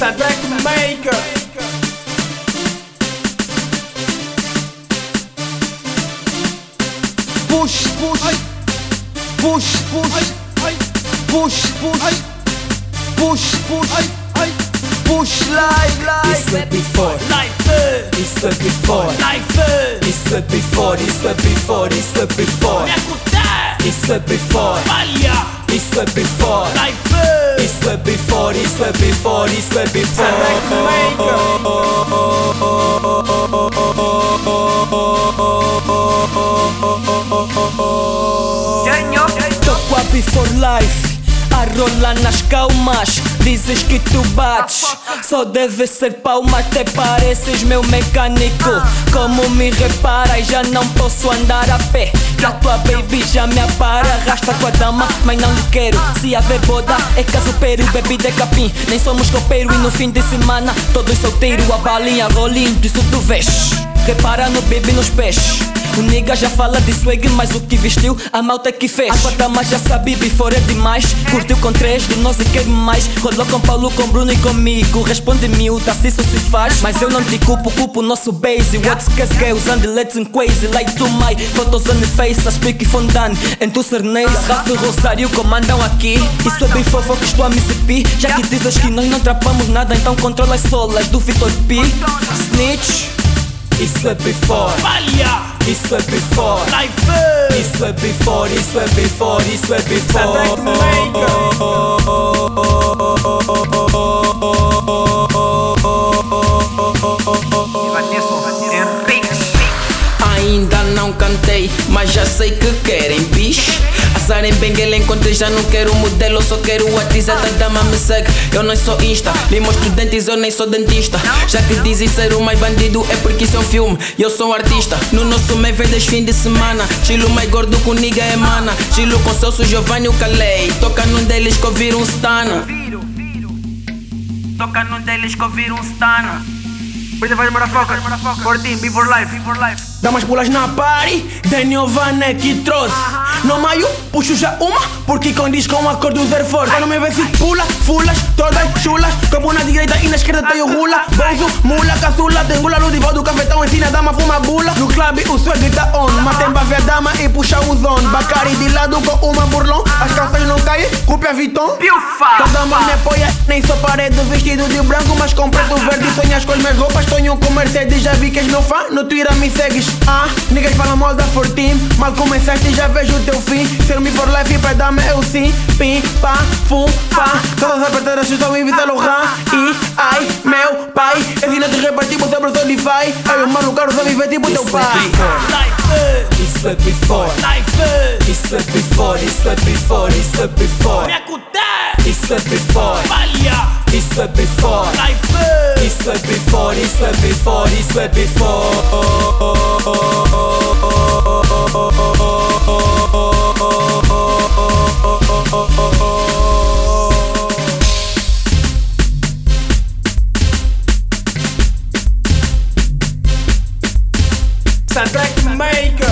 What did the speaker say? a drag maker. Push, push, push, push, push, push, push, push, push, live, It's live. the before, Live, it's the before, live, it's the before, it's the before, it's the before, escutar, it's the before, palha, it's the before, live. it's the before, it's the before, it's the before. Maker. Tô com a Before Life a rolar nas calmas. Dizes que tu bates, só deve ser palma. Até pareces meu mecânico. Como me reparas, já não posso andar a pé. Que a tua baby já me apara. Arrasta com a dama, mas não lhe quero. Se haver boda, é caso pero, bebida é capim. Nem somos copeiro e no fim de semana, todos solteiro. A balinha, rolinho, disso tu vês. Repara no baby nos pés. O nigga já fala de swag, mas o que vestiu, a malta que fez. A quarta mais já sabe, before é demais. Curtiu com três de nós e quer mais. Rodou com Paulo, com Bruno e comigo. Responde miúda, se isso se faz. Mas eu não te culpo, culpo o nosso base. What's é cause girls and let's in crazy. Like to my photos on the face, as pique fondan. Em tu cerneis, Rafa e Rosário comandam aqui. Isso é bem fofo que estou a me exibir. Já que dizes que nós não trapamos nada, então controla as solas do Vitor P. Snitch. Isso é before. Palha, Isso é before. live. Isso é before, isso é before, isso é Drag before. Maker. Ainda não cantei, mas já sei que querem, bicho. Azar em Benguela encontrei, já não quero modelo, só quero o WhatsApp, a dama me segue. Eu não sou insta, nem mostro dentes, eu nem sou dentista. Já que dizem ser o mais bandido, é porque isso é um filme, e eu sou um artista. No nosso meio verdes fim de semana, chilo mais gordo com niga é mana. Chilo com Celso, Giovanni, o Calei. Toca num deles que eu viro um stana. Toca num deles que eu viro um stana. Breathe for motherfucker. For team, be for life. Be for life. Dá umas pulas na party, Daniel Vanek que trouxe. No maio, puxo já uma, porque condiz com a cor do Derford. Quando me vê se pula, fulas, todas chulas. Como na direita e na esquerda tenho rula. Bonzo, mula, caçula, tem gula, ludival do cafetão, ensina dama, fuma bula. No club o swag tá on, mas tem pra ver a dama e puxa um zone. Bacari de lado com uma burlão, as calças não caem, culpa é Viton. Então Toda mão me apoia, nem sou parede Vestido de branco, mas com preto verde Sonhas com as minhas roupas, sonho com Mercedes Já vi que és meu fã, no Twitter me segues Ah, niggas falam mal da Fortim Mal começaste, já vejo o teu fim Ser me for life pra dar-me eu sim Pim, pá, fum, pá Todas apertadas estão em Vita Lohan E, ai, meu pai Ensina te repartimos sobre o Spotify Ai, o mano, quero só viver tipo teu Isso é pai before, Live, isso live, é before. Isso é before, isso é before, isso é me before. acudar, Isso é before, palha, isso é before. live, Isso é before, isso é before, isso é before. drag maker.